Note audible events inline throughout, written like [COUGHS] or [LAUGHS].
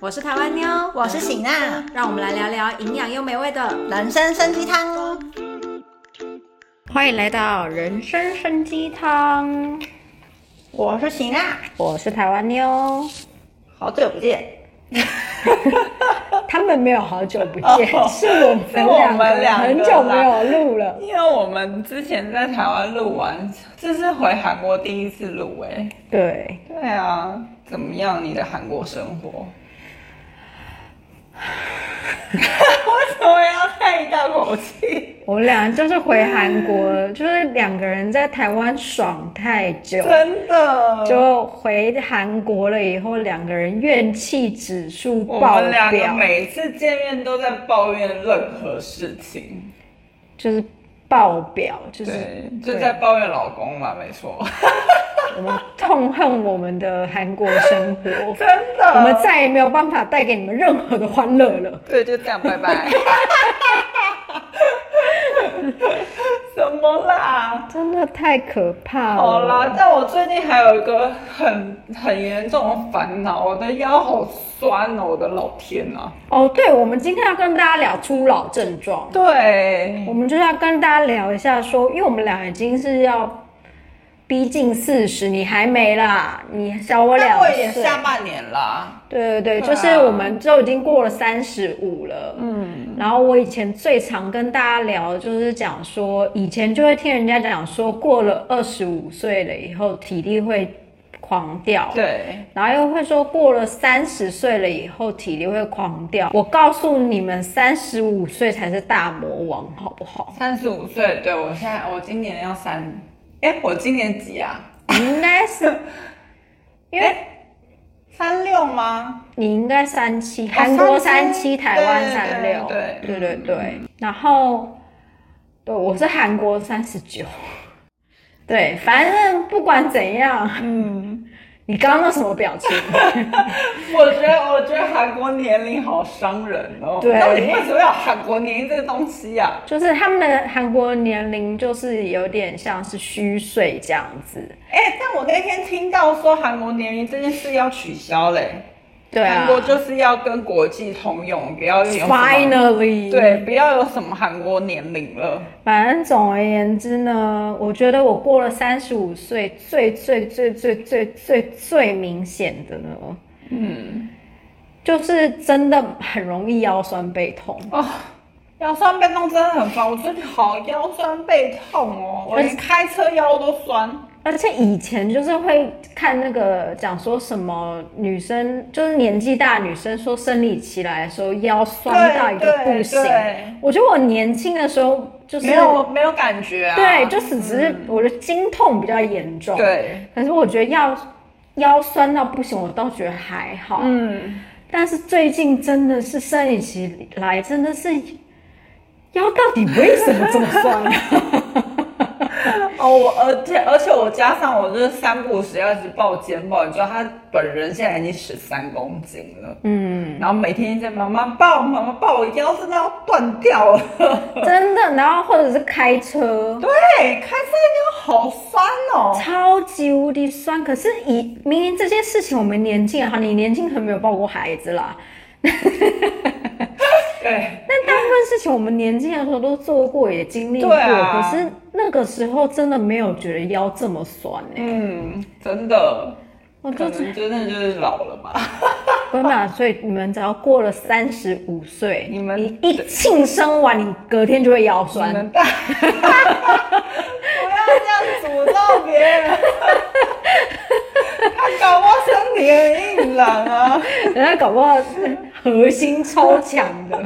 我是台湾妞，我是喜娜，让我们来聊聊营养又美味的。人参参鸡汤。欢迎来到人生生鸡汤，我是喜娜，我是台湾妞。好久不见，他们没有好久不见，哦是我们是我们两两个个很久没有录了。因为我们之前在台湾录完，这是回韩国第一次录哎、对，对啊，怎么样你的韩国生活？ [LAUGHS] 为什么要叹一大口气？我们俩就是回韩国，就是两个人在台湾爽太久，真的，就回韩国了以后，两个人怨气指数我爆们两个表，每次见面都在抱怨任何事情，就是爆表，就是对，对就在抱怨老公嘛，没错，我们痛恨我们的韩国生活，真的，我们再也没有办法带给你们任何的欢乐了。对，就这样，拜 [LAUGHS] 拜。什么啦？真的太可怕了。好啦，但我最近还有一个很很严重的烦恼，我的腰好酸哦，我的老天啊！哦，对，我们今天要跟大家聊初老症状，对我，们就是要跟大家聊一下说，因为我们俩已经是要逼近四十，你还没啦，你小我但两我岁也。下半年啦，对对对，对就啊是我们都已经过了三十五了，嗯，然后我以前最常跟大家聊，就是讲说，以前就会听人家讲说，过了二十五岁了以后，体力会狂掉，对，然后又会说过了三十岁了以后体力会狂掉。我告诉你们，三十五岁才是大魔王，好不好？三十五岁，对我现在我今年要三，哎，我今年几啊？你应该是，因为三六吗？你应该三七，韩国三哦三七，七台湾三对六，对对对对。然后，对，我是韩国三十九。 [LAUGHS] 对，反正不管怎样，嗯，你刚刚那什么表情？ [LAUGHS] 我觉得我觉得韩国年龄好伤人哦。对到底为什么要韩国年龄这个东西呀、啊？就是他们的韩国年龄就是有点像是虚岁这样子。哎，但我那天听到说韩国年龄这件事要取消嘞。对啊，韩国就是要跟国际通用，不要有什么 Finally，对，，不要有什么韩国年龄了。反正总而言之呢，我觉得我过了三十五岁，最最最最最最最明显的呢，嗯，就是真的很容易腰酸背痛，哦，腰酸背痛真的很烦，我最近好腰酸背痛哦，我连开车腰都酸。而且以前就是会看那个讲说什么女生，就是年纪大的女生说生理期来的时候腰酸到一个对不对行对，我觉得我年轻的时候就是没有没有感觉啊。对，就只是我的经痛比较严重，。对，可是我觉得腰腰酸到不行，我倒觉得还好。嗯，但是最近真的是生理期来，真的是腰到 [LAUGHS] 底为什么这么酸、哦，我而且而且我加上我就是三不五时要一直抱肩抱，你知道他本人现在已经十三公斤了，嗯，然后每天在妈妈抱妈妈抱，我腰真的要断掉了。真的。然后或者是开车，对，开车腰好酸哦。超级无敌酸。可是以明明这件事情我们年轻哈，你年轻可能没有抱过孩子啦。对，但大部分事情我们年轻的时候都做过，也经历过。对啊可是那个时候真的没有觉得腰这么酸哎、嗯，真的，我就可能真的就是老了吧。闺蜜，所以你们只要过了三十五岁，你们一一庆生完，你隔天就会腰你酸。们大，不要这样诅咒别人。他搞不好身体很硬朗啊， [LAUGHS] 人家搞不好是核心超强 [LAUGHS] 的，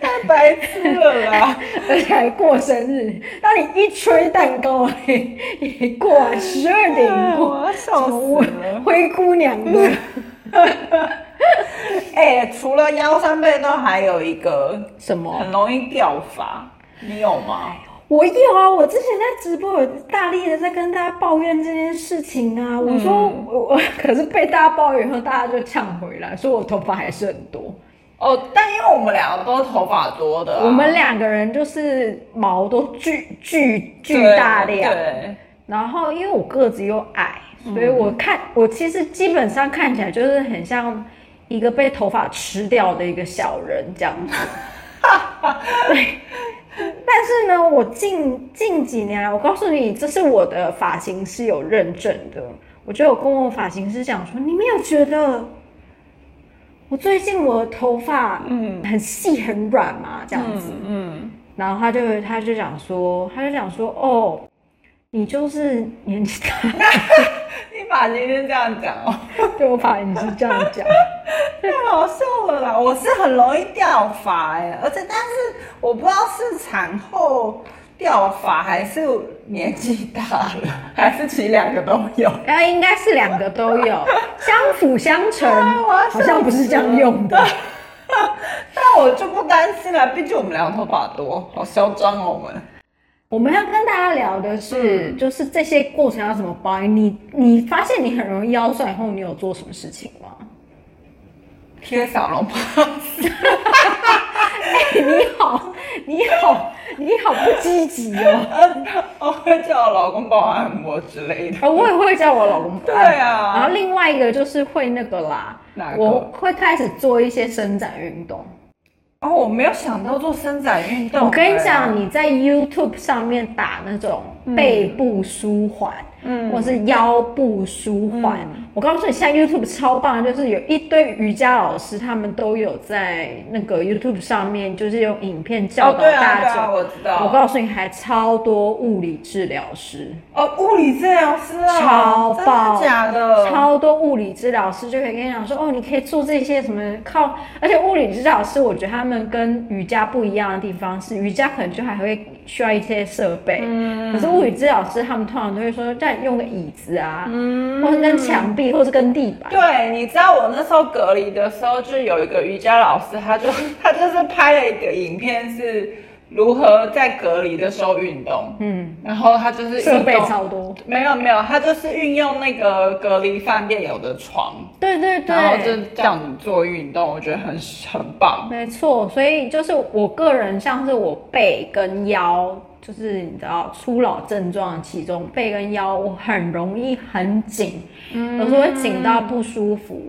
太白痴了啦！而且还过生日。当你一吹蛋糕，嘿也过完十二点过，哎我要笑死了。哦 [LAUGHS] 灰姑娘的。 [LAUGHS] 哎、除了腰酸背痛，还有一个什么？很容易掉发，你有吗？我有啊！我之前在直播有大力的在跟大家抱怨这件事情啊。我说嗯我，我 [LAUGHS] 可是被大家抱怨以后，大家就呛回来，说我头发还是很多。哦，但因为我们两个都是头发多的啊、我们两个人就是毛都巨巨巨对大量，对然后因为我个子又矮，所以我看我其实基本上看起来就是很像一个被头发吃掉的一个小人这样子。 [LAUGHS] 对，但是呢，我近近几年来，啊我告诉你，这是我的发型师有认证的。我就有跟我发型师讲说，你没有觉得我最近我的头发嗯很细很软嘛这样子，然后他就他就讲说，他就讲说，哦，你就是年纪大。 [LAUGHS] [LAUGHS] 你把今天这样讲哦，对我发型是这样讲，太好笑了啦！我是很容易掉发哎、而且但是我不知道是产后掉发还是年纪大了， [LAUGHS] 还是其实两个都有。然呃后应该是两个都有，相辅相 [LAUGHS] 成啊我要，好像不是这样用的。 [LAUGHS] 但我就不担心了，毕竟我们两个头发多，好嚣张哦我们。我们要跟大家聊的是，就是这些过程要怎么包养。你你发现你很容易腰酸以后，你有做什么事情吗？ [LAUGHS] 贴小笼包， [LAUGHS] 你好，你好，你好不积极哦。 [LAUGHS] 我呃会叫我老公帮我按摩之类的。啊，我也会叫我老公对按啊然后另外一个就是会那个啦，哪个我会开始做一些伸展运动。哦，我没有想到做伸展运动。我跟你哎讲，，你在 YouTube 上面打那种背部舒缓，嗯，或是腰部舒缓，嗯我告诉你，现在 YouTube 超棒，就是有一堆瑜伽老师，他们都有在那个 YouTube 上面，就是用影片教哦导对啊对大啊，家。我知道。我告诉你，还超多物理治疗师，哦，物理治疗师啊，超真爆的假的？超多物理治疗师就可以跟你讲说，哦，你可以做这些什么靠，而且物理治疗师，我觉得他们跟瑜伽不一样的地方是，瑜伽可能就还会需要一些设备，嗯可是物理治疗师他们通常都会说让你用个椅子啊，嗯或是跟墙壁，或是跟地板。对，你知道我那时候隔离的时候，就有一个瑜伽老师，他就他就是拍了一个影片，是如何在隔离的时候运动。嗯，然后他就是运动设备超多，没有没有，他就是运用那个隔离饭店有的床，对对然后就对，叫你做运动，我觉得很很棒。没错。所以就是我个人，像是我背跟腰，就是你知道初老症状其中，背跟腰我很容易很紧，嗯有时候会紧到不舒服，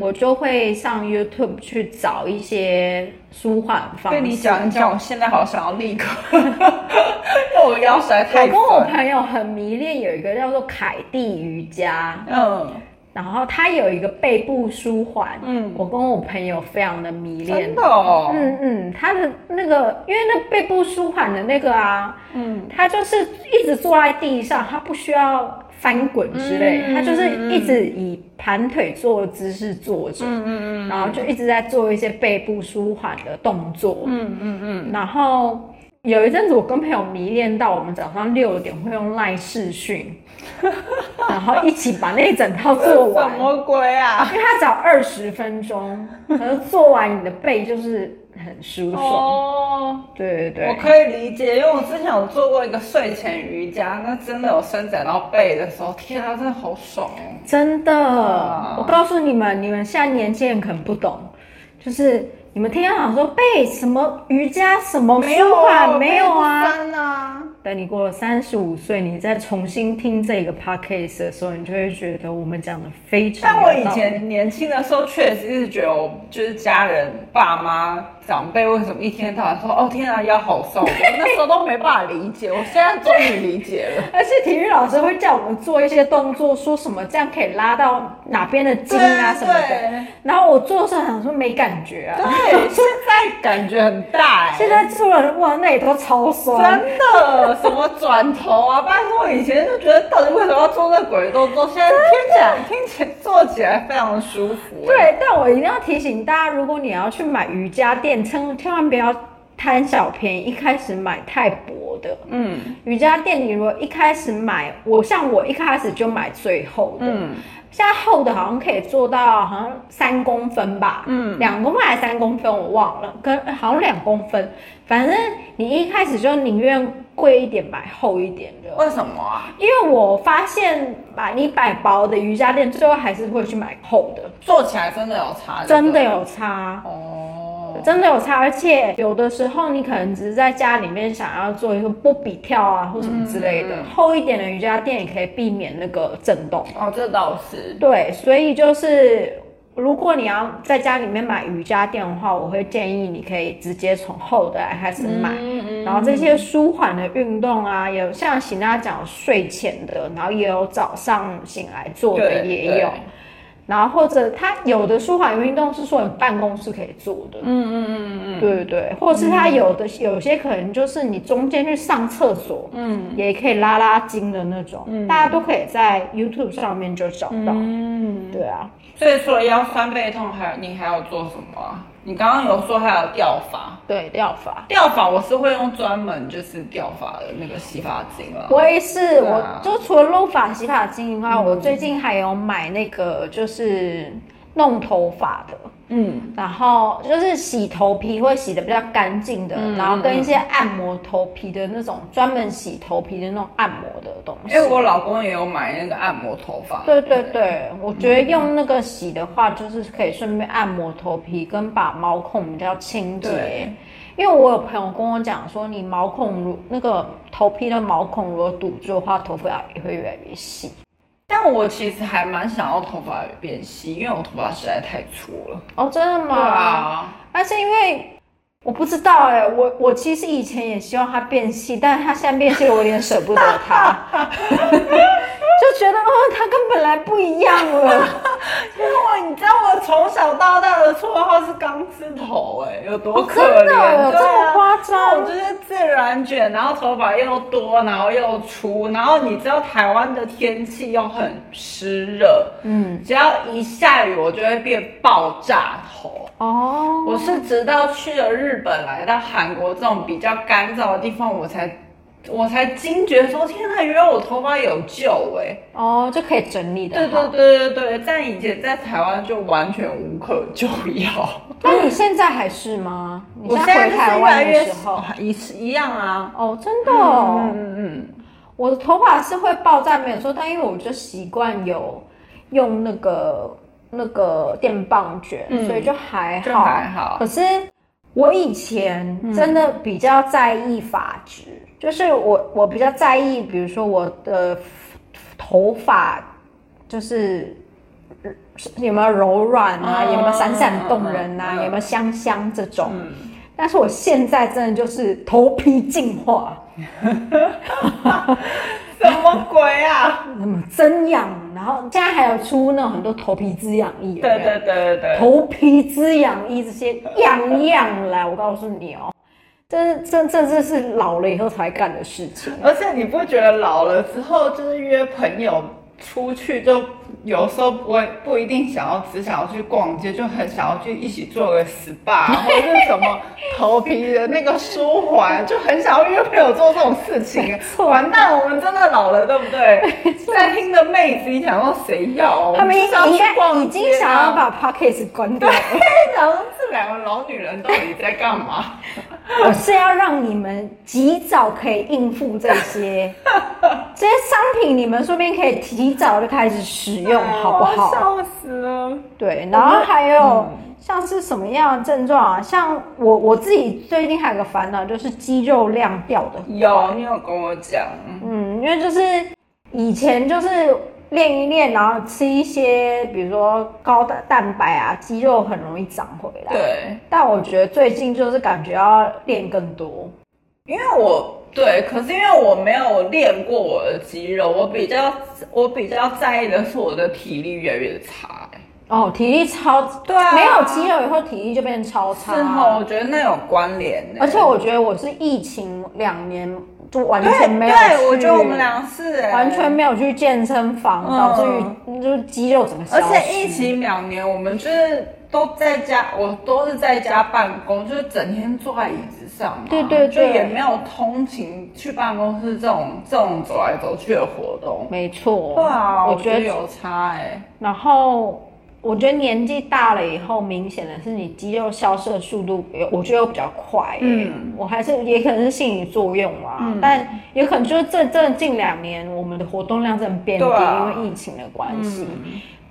我就会上 YouTube 去找一些舒缓方被式。你讲一讲，我现在好想要立刻， [LAUGHS] 因为我腰实在我太跟我酸。朋友很迷恋有一个叫做凯蒂瑜伽，嗯，然后它有一个背部舒缓，嗯，我跟我朋友非常的迷恋真的、，哦，嗯嗯，它的那个因为那背部舒缓的那个啊，嗯，它就是一直坐在地上，它不需要翻滚之类，它就是一直以盘腿坐的姿势坐着，嗯嗯，然后就一直在做一些背部舒缓的动作，嗯嗯嗯，然后。有一阵子，我跟朋友迷恋到我们早上六点会用赖视 [LAUGHS] 讯，然后一起把那一整套做完什。么鬼啊？因为它只要二十分钟，可是做完你的背就是很舒爽。哦。对对我对，可以理解，因为我之前有做过一个睡前瑜伽，那真的有伸展到背的时候，天啊，真的好爽哦！真的，我告诉你们，你们现在年轻人可能不懂，就是你们听到想说背什么瑜伽什么舒缓没有啊？酸啊！等你过了三十五岁，你再重新听这个 podcast 的时候，你就会觉得我们讲的非常但我以有道理前年轻的时候，确实是觉得我就是家人、爸妈、长辈为什么一天到晚说哦天啊腰好酸，我那时候都没办法理解，我现在终于理解了。而且体育老师会叫我们做一些动作，说什么这样可以拉到哪边的筋啊什么的对。然后我做的时候想说没感觉啊，对，现在感觉很大、欸， [LAUGHS] 现在做了哇那也都超酸。真的，什么转头啊？拜托，我以前就觉得到底为什么要做这鬼动作，现在听起来听起来做起来非常舒服、欸。对，但我一定要提醒大家，如果你要去买瑜伽垫，千千万不要贪小便宜，一开始买太薄的。嗯，瑜伽垫你如果一开始买，我像我一开始就买最厚的，嗯现在厚的好像可以做到好像三公分吧，嗯两公分还是三公分我忘了，跟好像两公分，反正你一开始就宁愿贵一点买厚一点的，为什么啊？因为我发现买你买薄的瑜伽垫，最后还是会去买厚的，做起来真的有差，真的。有差。哦，哦，真的有差，而且有的时候你可能只是在家里面想要做一个波比跳啊或什么之类的，厚一点的瑜伽垫也可以避免那个震动。哦，这倒是，对，所以就是如果你要在家里面买瑜伽垫的话，我会建议你可以直接从厚的来开始买。嗯然后这些舒缓的运动啊，有像喜娜讲有睡前的，然后也有早上醒来做的对也有对。然后或者它有的舒缓运动是说你办公室可以做的，嗯嗯嗯嗯，对对，或者是它有的、有些可能就是你中间去上厕所，嗯，也可以拉拉筋的那种，大家都可以在 YouTube 上面就找到，嗯，对啊，所以除了腰酸背痛，还有你还有做什么啊？你刚刚有说还有吊法，对疗法。吊法我是会用专门就是吊法的那个洗发精啊。我也是，啊我就除了弄发洗发精以外，我最近还有买那个就是弄头发的，嗯，然后就是洗头皮会洗的比较干净的，然后跟一些按摩头皮的那种专门洗头皮的那种按摩的东西。因为哎我老公也有买那个按摩头发，对对对，我觉得用那个洗的话，就是可以顺便按摩头皮，跟把毛孔比较清洁对。因为我有朋友跟我讲说，你毛孔如那个头皮的毛孔如果堵住的话，头发也会越来越细。但我其实还蛮想要头发变细，因为我头发实在太粗了。哦，真的吗？对啊，但是因为我不知道哎、我我其实以前也希望它变细，但是它现在变细了，我有点舍不得 [LAUGHS] 它，就觉得哦，它跟本来不一样了。哇，你知道我从小到大的绰号是钢丝头、哎，有多可哦真怜？的有对啊这么夸张我就是自然卷，然后头发又多，然后又粗，然后你知道台湾的天气又很湿热，嗯，只要一下雨我就会变爆炸头。哦，我是直到去了日本，来到韩国这种比较干燥的地方，我才我才惊觉说，天呐，原来我头发有救哎、哦，就可以整理的。对对。对对对，在以前在台湾就完全无可救药。那你现在还是吗？你我现现在回在就是台越来湾的越时候？一是一样啊。哦，真的、哦嗯嗯，我的头发是会爆炸没有错，但因为我就习惯有用那个那个电棒卷，嗯所以就还就好。还好嗯可是我以前真的比较在意发质，就是我我比较在意，比如说我的头发就是。有没有柔软啊？嗯有没有闪闪动人啊？嗯嗯嗯嗯有没有香香这种？但是我现在真的就是头皮进化，什么鬼啊？那么增氧，然后现在还有出那种很多头皮滋养液，有没有对对对对对，头皮滋养液这些样样来，我告诉你哦，这是这这这是老了以后才干的事情。而且你不觉得老了之后，就是约朋友出去，就有时候不会不一定想要只想要去逛街，就很想要去一起做个 SPA [LAUGHS] 啊或者是什么头皮的那个舒缓，就很想要约朋友做这种事 [LAUGHS] 情。完蛋，我们真的老了，对不对？在听的妹子，你想要谁要啊？他们 [LAUGHS] 我应就是要应去逛该街啊已经想要把 podcast 关掉了，想 [LAUGHS] 说这两个老女人到底在干嘛？我是要让你们及早可以应付这 [LAUGHS] 些这些商品，你们说不定可以提早就开始使用， [LAUGHS] 哎好不好？笑死了！对，然后还有嗯像是什么样的症状啊？像我我自己最近还有个烦恼，就是肌肉量掉的。有，你有跟我讲，嗯，因为就是以前就是练一练，然后吃一些比如说高蛋蛋白啊，肌肉很容易长回来。。对，但我觉得最近就是感觉要练更多。因为我对，可是因为我没有练过我的肌肉，我比较我比较在意的是我的体力越来越差、欸。哦，体力超对哦啊没有肌肉以后体力就变超差。啊是哈，我觉得那有关联、欸，而且我觉得我是疫情两年就完全没有对，我去觉得我们俩是、欸、完全。没有去健身房，嗯导致于就是肌肉整个消而失。且疫情两年，我们就是都在家，我都是在家办公，就是整天坐在椅子上嘛，对对对就也没有通勤去办公室这种这种走来走去的活动。没错，对啊，我我觉觉得得。有差哎、然后我觉得年纪大了以后，明显的是你肌肉消失的速度，我觉得比较快、嗯嗯，我还是也可能是心理作用啊，但也可能就是这这近两年我们的活动量真的变低，对啊嗯因为疫情的关系。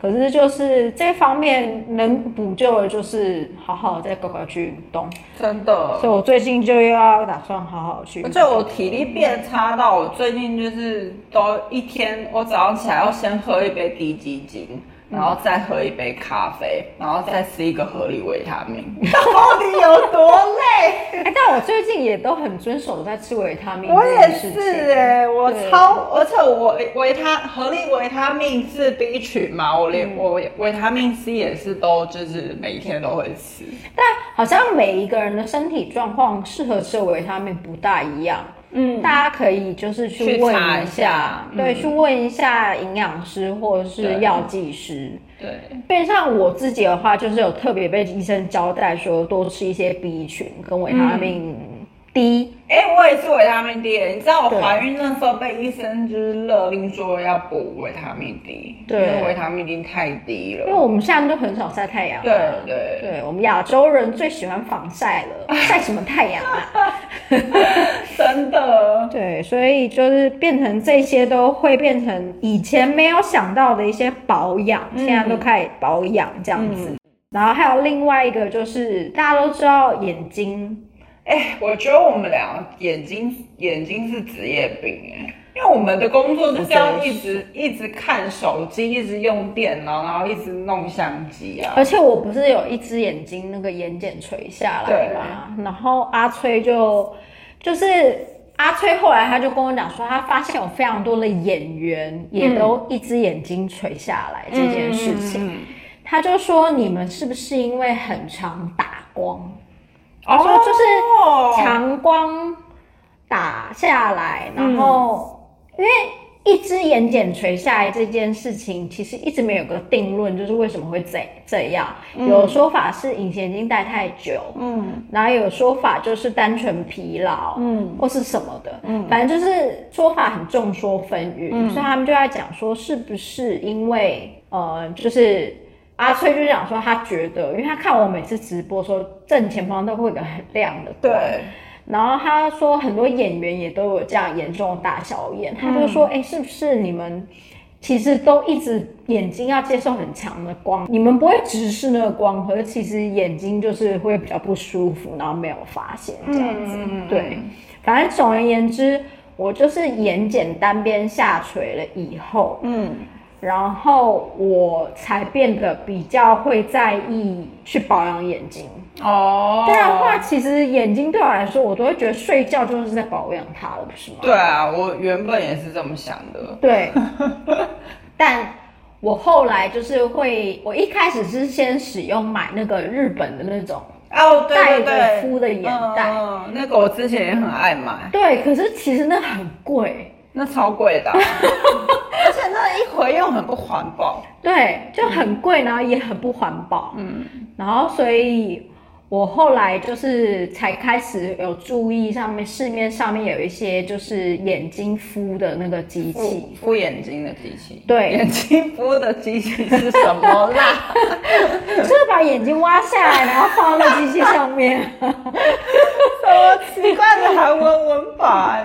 可是就是这方面能补救的，就是好好再乖乖去运动。真的。所以我最近就要打算好好去运而动。且哦我体力变差到我最近就是都一天，我早上起来要先喝一杯低基精，然后再喝一杯咖啡，然后再吃一个合理维他命。 [LAUGHS] 到底有多累？哎，但我最近也都很遵守在吃维他命我这件也事情。是哎、我对超，而且我维他合力维他命是 B 群嘛，我连、我维他命 C 也是都就是每天都会吃。但好像每一个人的身体状况适合吃的维他命不大一样。嗯，大家可以就是去去问查一一下下，对，嗯去问一下营养师或者是对药剂师。对，变上我自己的话，就是有特别被医生交代说多吃一些 B 群跟维他命 D，、哎、我也是维他命 D，你知道我怀孕那时候被医生就是勒令说要补维他命 D，对因为维他命 D 太低因为了。我们现在都很少晒太阳啊、对对，对我们亚洲人最喜欢防晒 [LAUGHS] 了，晒什么太阳啊？真的，对，所以就是变成这些都会变成以前没有想到的一些保养，现在嗯都开始保养这样子。然后还有另外一个就是大家都知道眼睛，哎、我觉得我们俩眼睛眼睛是职业病哎、因为我们的工作就是要一直一直看手机，一直用电脑，然后一直弄相机啊而。且我不是有一只眼睛那个眼睑垂下来对嘛，然后阿崔就就是。阿崔后来他就跟我讲说，他发现有非常多的演员嗯也都一只眼睛垂下来这件事情，嗯，嗯嗯他就说你们是不是因为很常打光？哦说就是强光打下来，然后、因为一只眼睑垂下来这件事情，其实一直没有个定论，就是为什么会这这样。有说法是隐形眼镜戴太久，嗯，然后有说法就是单纯疲劳，嗯，或是什么的，嗯，反正就是说法很众说纷纭，所以他们就在讲说，是不是因为呃，就是阿崔就讲说，他觉得，因为他看我每次直播说正前方都会有个很亮的光，对。然后他说，很多演员也都有这样严重的大小眼，他就说，哎、是不是你们其实都一直眼睛要接受很强的光，你们不会直视那个光，可是其实眼睛就是会比较不舒服，然后没有发现这样子。嗯嗯对，反正总而言之，我就是眼睑单边下垂了以后，嗯，然后我才变得比较会在意去保养眼睛。哦，不然的话，啊其实眼睛对我来说，我都会觉得睡觉就是在保养它了，不是吗？对啊，我原本也是这么想的。对，但我后来就是会，我一开始是先使用买那个日本的那种，哦，对对戴着对，敷的眼袋嗯那个我之前也很爱买，对，可是其实那很贵，那超贵的啊、而且那一回用很不环保。对，就很贵，然后也很不环保，嗯，然后所以。我后来就是才开始有注意上面市面上面有一些就是眼睛敷的那个机器，敷敷眼睛的机器，对眼睛敷的机器是什么啦？ [LAUGHS] 就是把眼睛挖下来，然后放到那机器上面。 [LAUGHS] 什么奇怪的韩文文法、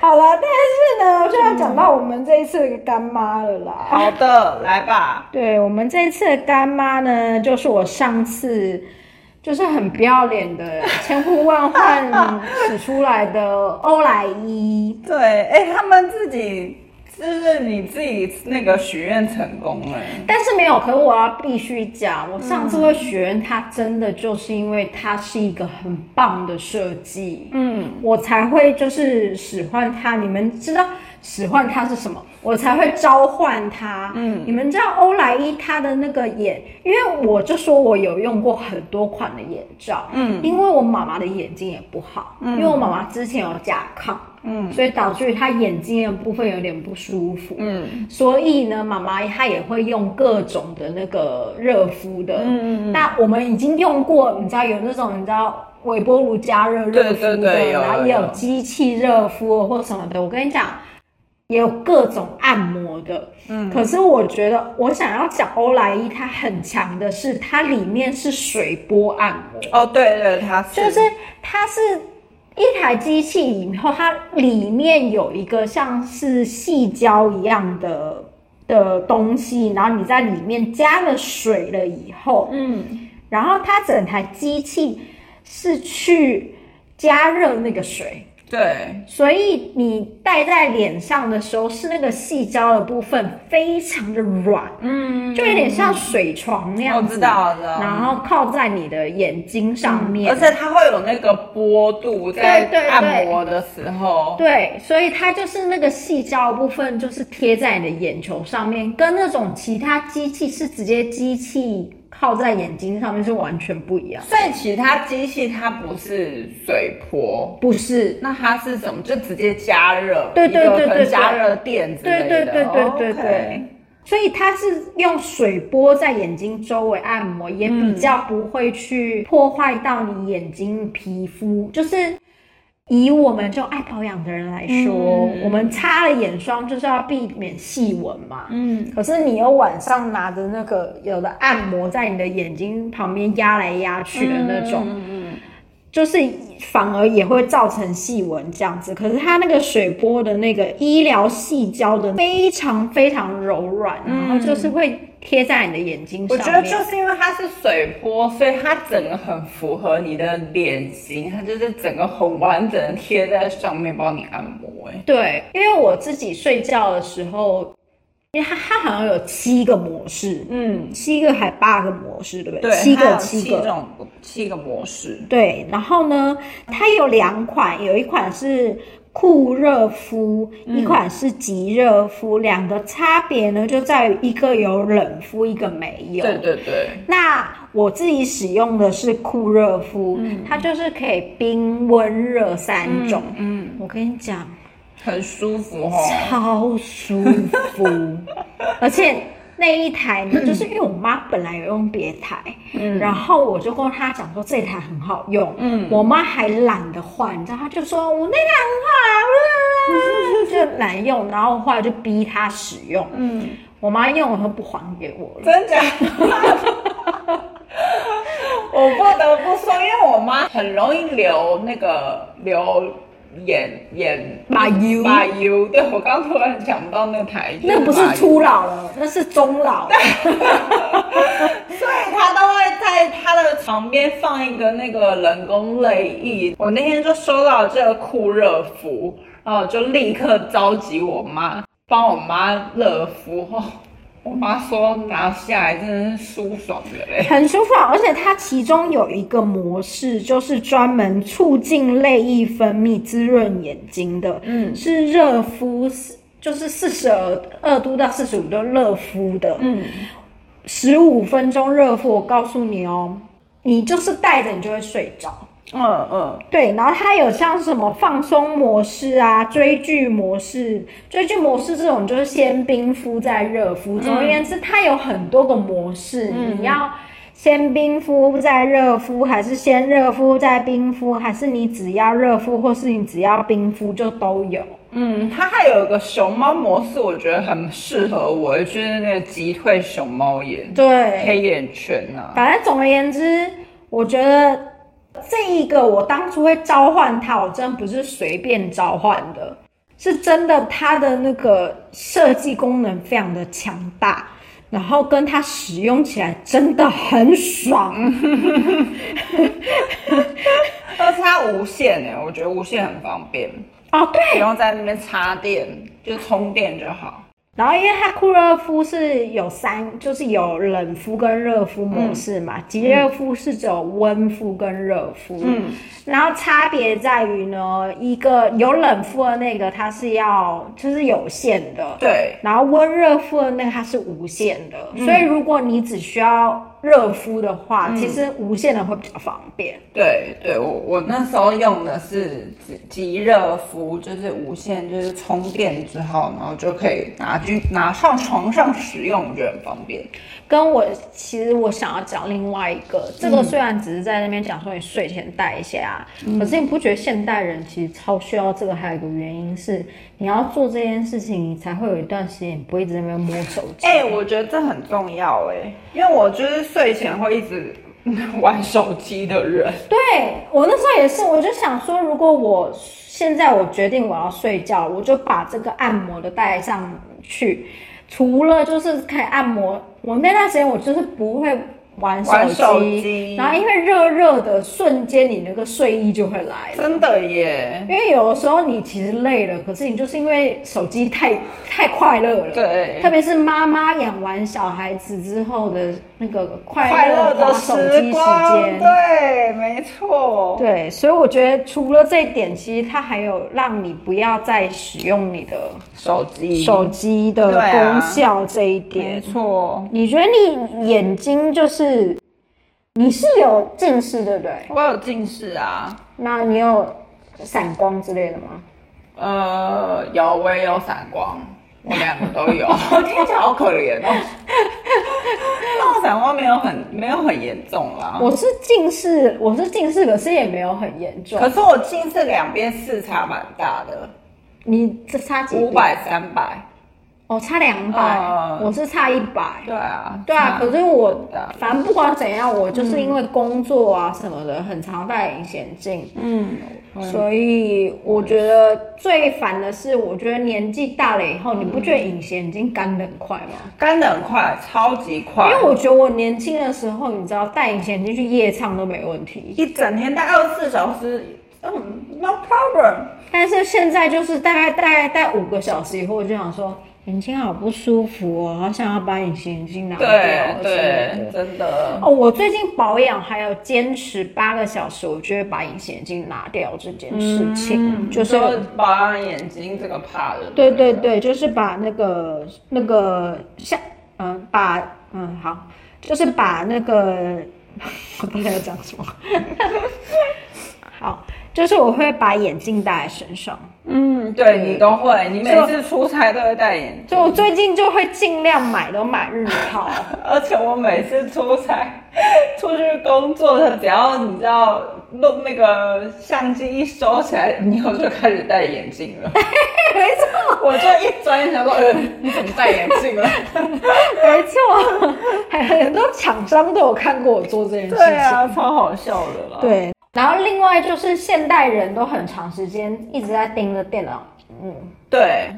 好了，但是呢，就要讲到我们这一次的干妈了啦。 [LAUGHS] 好的，来吧。对我们这一次的干妈呢，就是我上次就是很不要脸的千呼万唤使出来的欧莱伊。对，哎、他们自己就是你自己那个许愿成功了、但是没有，可是我要必须讲，我上次会许愿它，真的就是因为它是一个很棒的设计，嗯，我才会就是使唤它。你们知道使唤它是什么？我才会召唤它。嗯，你们知道欧莱伊它的那个眼，因为我就说我有用过很多款的眼罩，嗯，因为我妈妈的眼睛也不好，因为我妈妈之前有甲亢。嗯，所以导致于她眼睛的部分有点不舒服。嗯，所以呢，妈妈她也会用各种的那个热敷的。嗯嗯那我们已经用过，你知道有那种你知道微波炉加热热敷的，对对对有然后有也有有机器热敷或什么的。我跟你讲，也有各种按摩的。嗯，可是我觉得我想要讲欧莱伊它很强的是，它里面是水波按摩。哦，对对，他是就是它是一台机器以后，它里面有一个像是细胶一样的的东西，然后你在里面加了水了以后，嗯，然后它整台机器是去加热那个水，对，所以你戴在脸上的时候是那个细胶的部分非常的软，嗯，就有点像水床那样我子，知道的。然后靠在你的眼睛上面，而且它会有那个波度，在对对对按摩的时候，对，所以它就是那个细胶部分，就是贴在你的眼球上面，跟那种其他机器是直接机器靠在眼睛上面是完全不一样。所以其他机器它不是水波，不是，那它是什么？就直接加热，对对一个对对可能对加热垫之类的。对对对对对 OK 对所以它是用水波在眼睛周围按摩，也比较不会去破坏到你眼睛皮肤。就是以我们这种爱保养的人来说，我们擦了眼霜就是要避免细纹嘛。嗯，可是你又晚上拿着那个有的按摩在你的眼睛旁边压来压去的那嗯种，就是反而也会造成细纹这样子。可是它那个水波的那个医疗细胶的非常非常柔软，然后就是会贴在你的眼睛嗯我上觉得面。就是因为它是水波，所以它整个很符合你的脸型，它就是整个很完整的贴在上面帮你按摩、哎，对，因为我自己睡觉的时候，因为它它好像有七个模式，嗯，七个还八个模式，对不对？对，七它个有七七个种七个模式，对，然后呢，它有两款，有一款是酷热敷，一款是极热敷，两个差别呢就在于一个有冷敷，一个没有。对对对，那我自己使用的是酷热敷，它就是可以冰、温、热三种。嗯，我跟你讲，很舒服哦。超舒 [LAUGHS] 服，而且那一台 [COUGHS] 呢，就是因为我妈本来有用别台，然后我就跟她讲说这台很好用，嗯我妈还懒得换，你知道，她就说哦我那台很好啊，就 [LAUGHS] 懒用，然后后来就逼她使用，嗯，我妈用了她不还给我了， [LAUGHS] 真假的？我不得不说，因为我妈很容易流那个流眼眼马油马油，对我刚突然想不到那个台语，那不是马油初老了，那是中老了，所以他都会在他的旁边放一个那个人工泪液。我那天就收到这个酷热敷，然后我就立刻召集我妈帮我妈热敷。哦，我妈说拿下来真的是舒爽的嘞。很舒服，啊而且它其中有一个模式，就是专门促进泪液分泌、滋润眼睛的，嗯是热敷，就是四十二度到四十五度热敷的，嗯，十五分钟热敷。我告诉你哦，你就是戴着你就会睡着。嗯嗯，对，然后它有像什么放松模式啊、追剧模式、追剧模式这种，就是先冰敷再热敷。总而言之，它有很多个模式，你要先冰敷再热敷，还是先热敷再冰敷，还是你只要热敷，或是你只要冰敷就都有。嗯，它还有一个熊猫模式，我觉得很适合我，就是那个击退熊猫眼、对，黑眼圈啊。反正总而言之，我觉得这一个我当初会召唤它，我真的不是随便召唤的，是真的它的那个设计功能非常的强大，然后跟它使用起来真的很爽。但是它无线哎、我觉得无线很方便，哦，对，不用在那边插电，就充电就好。然后因为它酷热敷是有三，就是有冷敷跟热敷模式嘛，极热敷是只有温敷跟热敷，嗯，然后差别在于呢，一个有冷敷的那个它是要就是有限的，对，然后温热敷的那个它是无限的，所以如果你只需要热敷的话，其实无限的会比较方便。对对，我我那时候用的是极极热敷，就是无线，就是充电之后，然后就可以拿去拿上床上使用，我觉得很方便。跟我其实我想要讲另外一个，这个虽然只是在那边讲说你睡前戴一下，啊可是你不觉得现代人其实超需要这个？还有一个原因是，你要做这件事情，你才会有一段时间你不会一直在那边摸手机。哎、我觉得这很重要哎、因为我就是睡前会一直 [LAUGHS] 玩手机的人。对我那时候也是，我就想说，如果我现在我决定我要睡觉，我就把这个按摩的带上去。除了就是可以按摩，我那段时间我就是不会玩手玩机，手机然后因为热热的，瞬间你那个睡意就会来了。真的耶，因为有的时候你其实累了，可是你就是因为手机太太快乐了，对特别是妈妈养完小孩子之后的那个快快乐乐的的手机时时光，间，对，没错，对，所以我觉得除了这一点，其实它还有让你不要再使用你的手机，手机的嗯对啊功效这一没点。错，你觉得你眼睛就是你是有近视对不对？我有近视啊，那你有散光之类的吗？呃，有，我也有散光，我两个都有， [LAUGHS] 听起来好可怜哦。那我散光没有很没有很严重啦，我是近视，我是近视，可是也没有很严重可。是我近视两边视差蛮大的，你这差几？五。百三百，哦，差两百、嗯我是差一百。对啊，对啊，差可是我大了反正不管怎样，我就是因为工作啊什么的，很常戴隐形镜，嗯，所以我觉得最烦的是，我觉得年纪大了以后，你不觉得隐形眼镜干得很快吗？干得很快，超级快，因为我觉得我年轻的时候，你知道戴隐形眼镜去夜唱都没问题，一整天戴二十四小时，嗯，no problem。但是现在就是大概大概戴五个小时以后，我就想说眼睛好不舒服哦，好想要把隐形眼镜拿掉对之类的对，真的。哦，我最近保养还有坚持八个小时，我就会把隐形眼镜拿掉这件事嗯情，就是说保养眼睛这个怕的，对对对，就是把那个那个下嗯把嗯好，就是把那个 [LAUGHS] 我到底要讲什么？ [LAUGHS] 好，就是我会把眼镜戴在身上，嗯，对你都会，你每次出差都会戴眼镜，所以我最近就会尽量买都买日抛。而且我每次出差出去工作的，只要你知道录那个相机一收起来，你以后就开始戴眼镜 [LAUGHS] 了。没错，我就一转眼想说，呃，你怎么戴眼镜了？ [LAUGHS] 没错， [LAUGHS] 还很多厂商都有看过我做这件事情。对啊，超好笑的啦。，对，然后另外就是现代人都很长时间一直在盯着电脑，对，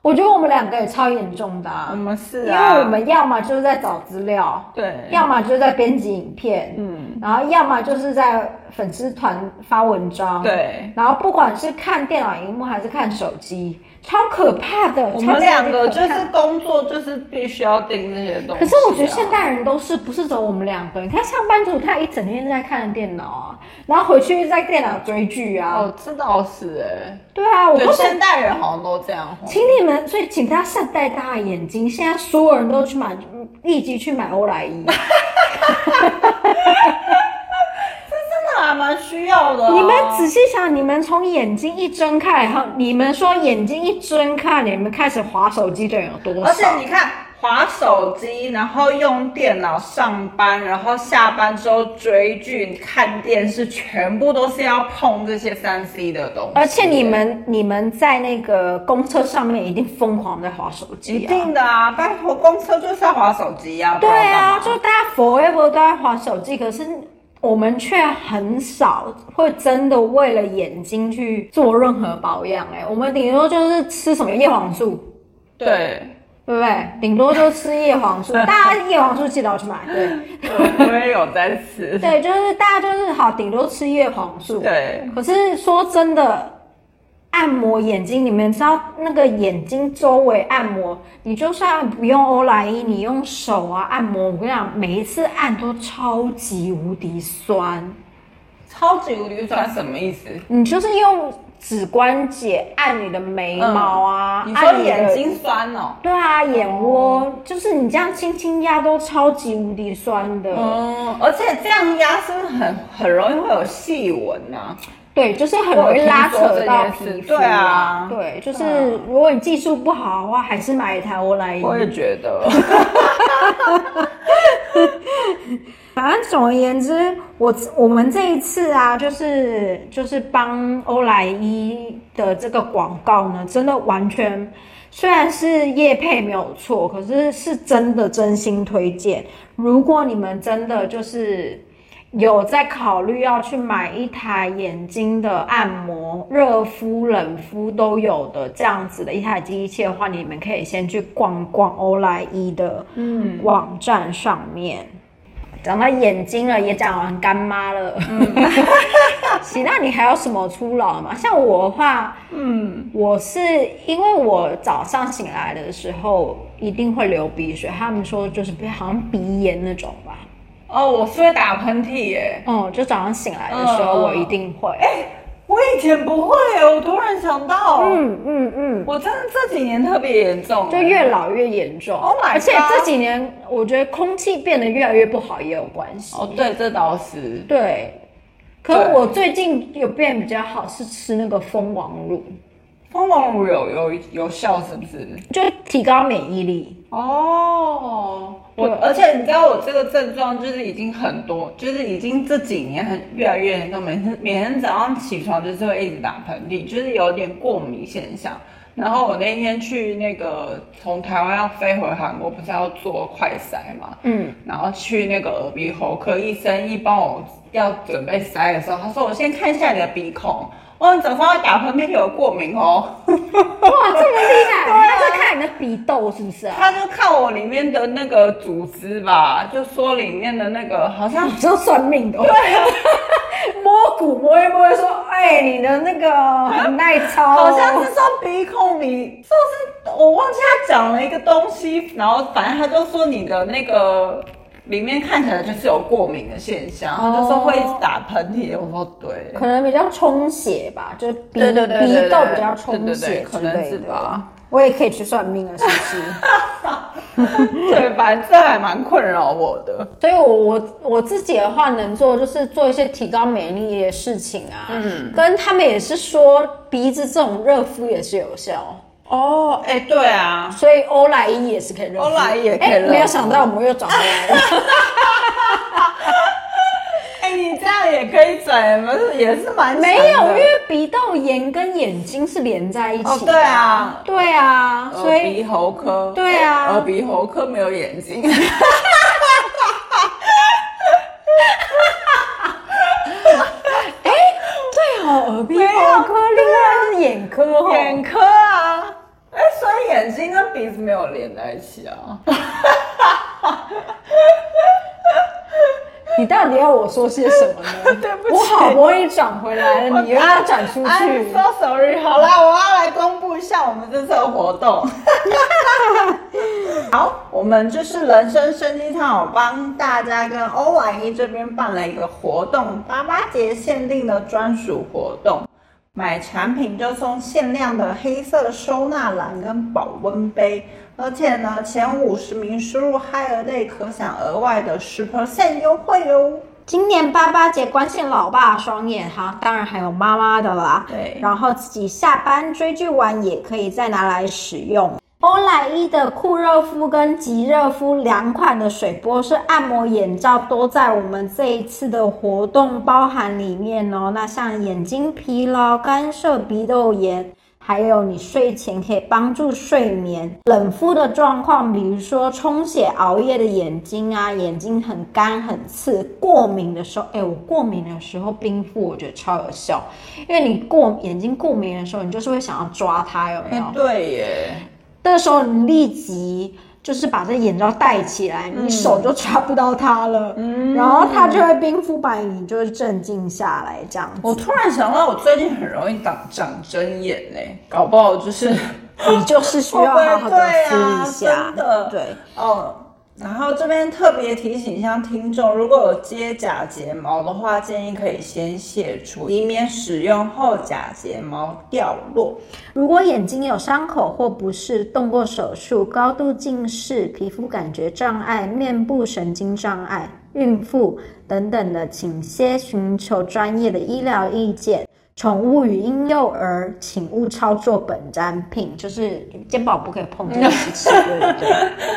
我觉得我们两个也超严重的、我啊，们是因啊，为我们要么就是在找资料，对要么就是在编辑影片，嗯，然后要么就是在粉丝团发文章，，对，然后不管是看电脑荧幕还是看手机，超可怕的，我超们级两个就可怕是。工作就是必须要盯这些东西啊、可是我觉得现代人都是不是走我们两个？你看上班族他一整天在看电脑啊，然后回去在电脑追剧啊。哦，这倒是哎、对啊，我对，不是现代人好像都这样。请你们，所以请大家善待大家的眼睛。现在所有人都去买，立即去买欧莱 [LAUGHS] 伊。真的还蛮需要的、你们仔细想，你们从眼睛一睁开，然后你们说眼睛一睁开，你们开始划手机的人有多而且少？你看，划手机，然后用电脑上班，然后下班之后追剧、看电视，全部都是要碰这些三 C 的东西。而且你们你们在那个公车上面一定疯狂在划手一机、啊，定的啊，拜托，公车就是要划手机呀、啊。对啊，不就然干大嘛家 forever 都在划手机，可是我们却很少会真的为了眼睛去做任何保养。哎，我们顶多就是吃什么叶黄素。对。对不对？顶多就吃叶黄素，大家叶黄素记得要去买。 [LAUGHS] 对，我我也有在吃 [LAUGHS] 对，就是大家就是好，顶多吃叶黄素。，对，可是说真的，按摩眼睛，你们知道那个眼睛周围按摩，你就算不用欧莱伊，你用手啊按摩，我跟你讲，每一次按都超级无敌酸，超级无敌酸什么意思？你就是用指关节按你的眉毛啊，嗯你说按的眼睛酸哦？对啊，眼窝、就是你这样轻轻压都超级无敌酸的，嗯，而且这样压是不是很很容易会有细纹啊呐、对，就是很容易拉扯到皮肤、啊我有听说这件事对，就是如果你技术不好的话，还是买一台欧莱伊。嗯我也觉 [LAUGHS] 得，反正总而言之，我我们这一次啊，就是就是帮欧莱伊的这个广告呢，真的完全虽然是业配没有错，可是是真的真心推荐。如果你们真的就是有在考虑要去买一台眼睛的按摩，热敷、冷敷都有的这样子的一台机器的话，你们可以先去逛逛欧莱伊的网站上面。讲到眼睛了，也讲完干妈了。 [LAUGHS] 喜娜，你还有什么初老吗？像我的话，嗯，我是因为我早上醒来的时候一定会流鼻水，他们说就是好像鼻炎那种吧。哦，我是会打喷嚏耶。嗯，就早上醒来的时候，嗯嗯我一定会。我以前不会耶，我突然想到，嗯嗯嗯，我真的这几年特别严重，就越老越严重。 Oh my 而且 God 这几年，我觉得空气变得越来越不好也有关系。哦，对，这倒是，对，可对我最近有变比较好，是吃那个蜂王乳，蜂王乳有有有效是不是？就提高免疫力。哦，我对而且你知道我这个症状就是已经很多，就是已经这几年很越来越严重，每天每天早上起床就是会一直打喷嚏，就是有点过敏现象。然后我那天去那个从台湾要飞回韩国，不是要做快筛嘛，嗯，然后去那个耳鼻喉科医生一帮我要准备塞的时候，他说我先看一下你的鼻孔，哦，你早上要打喷嚏有过敏哦。哇，这么厉害！他是看你的鼻窦是不是啊？他就看我里面的那个组织吧，就说里面的那个好像这算命的。对啊。 [LAUGHS] 摸骨摸一摸，说：“哎、你的那个很耐操、哦。”好像是说鼻孔里，就是我忘记他讲了一个东西，然后反正他就说你的那个里面看起来就是有过敏的现象，哦他就说会一直打喷嚏。我说对，可能比较充血吧，就是鼻对对对对对鼻窦比较充对血对对之可类的。能是吧？我也可以去算命了，啊是不 [LAUGHS] 是？对，反正这还蛮困扰我的。所以我，我我自己的话能做就是做一些提高免疫力的事情啊。嗯，跟他们也是说鼻子这种热敷也是有效，哦，哎，对啊，所以欧莱伊也是可以热敷。欧莱伊也可以哎热敷没有想到我们又转回来了。 [LAUGHS] 哎，你这样也可以转，不是也是蛮没强有，的因为鼻窦炎跟眼睛是连在一起的。哦，对，啊。对啊，所耳以鼻喉科，对啊耳鼻喉科没有眼睛，对哦，耳鼻喉科另啊外是眼科哦。眼科啊，哎、所以眼睛跟鼻子没有连在一起啊。你到底要我说些什么呢？ [LAUGHS] 对不起我好不容易转回来了，你又要转出 I'm 去。 so sorry。好啦，我要来公布一下我们这次的活动。 [LAUGHS] 好，我们就是人生生鸡汤，我帮大家跟欧莱伊这边办了一个活动，八八节限定的专属活动，买产品就送限量的黑色收纳篮跟保温杯，而且呢，前五十名输入 Hi a day 可享额外的十 percent 优惠哦。今年八八节关心老爸双眼哈，当然还有妈妈的啦。对然后自己下班追剧完也可以再拿来使用。欧莱伊的酷热敷跟极热敷两款的水波式按摩眼罩都在我们这一次的活动包含里面哦。那像眼睛疲劳、干涉鼻窦炎。还有你睡前可以帮助睡眠，冷敷的状况，比如说充血、熬夜的眼睛啊，眼睛很干很刺，过敏的时候，哎、我过敏的时候冰敷我觉得超有效，因为你过眼睛过敏的时候，你就是会想要抓它，有没哎、有？对耶。那时候你立即就是把这眼罩戴起来，嗯你手就抓不到它了，然后它就会冰敷把你就是镇静下来这样子。我突然想到，我最近很容易长长针眼嘞、搞不好 [LAUGHS] 就是你就是需要好好的敷一下，对啊真的对。哦。然后这边特别提醒一下听众，如果有接假睫毛的话，建议可以先卸除，以免使用后假睫毛掉 [LAUGHS] 落。如果眼睛有伤口或不适，动过手术、高度近视、皮肤感觉障碍、面部神经障碍、孕妇等等的，请先寻求专业的医疗意见。宠物与婴幼儿，请勿操作本产品，就是肩膀不可以碰这个事情， [LAUGHS] 对对对。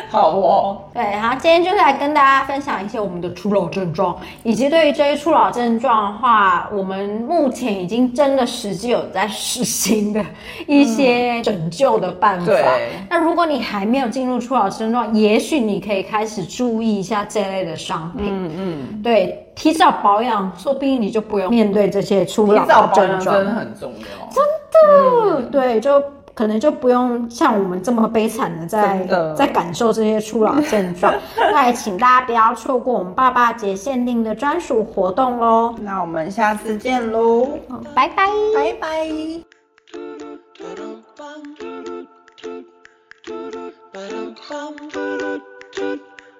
好哦，对，然后今天就是来跟大家分享一些我们的初老症状，以及对于这些初老症状的话，我们目前已经真的实际有在实行的一些拯救的办法。嗯对那如果你还没有进入初老症状，也许你可以开始注意一下这类的商品。嗯嗯，对。提早保养，说不定你就不用面对这些初提老的早保症养真状的。很重要。嗯对，就可能就不用像我们这么悲惨的在真的在感受这些初老症 [LAUGHS] 状。那也请大家不要错过我们爸爸节限定的专属活动喽，那我们下次见喽，拜拜。拜拜。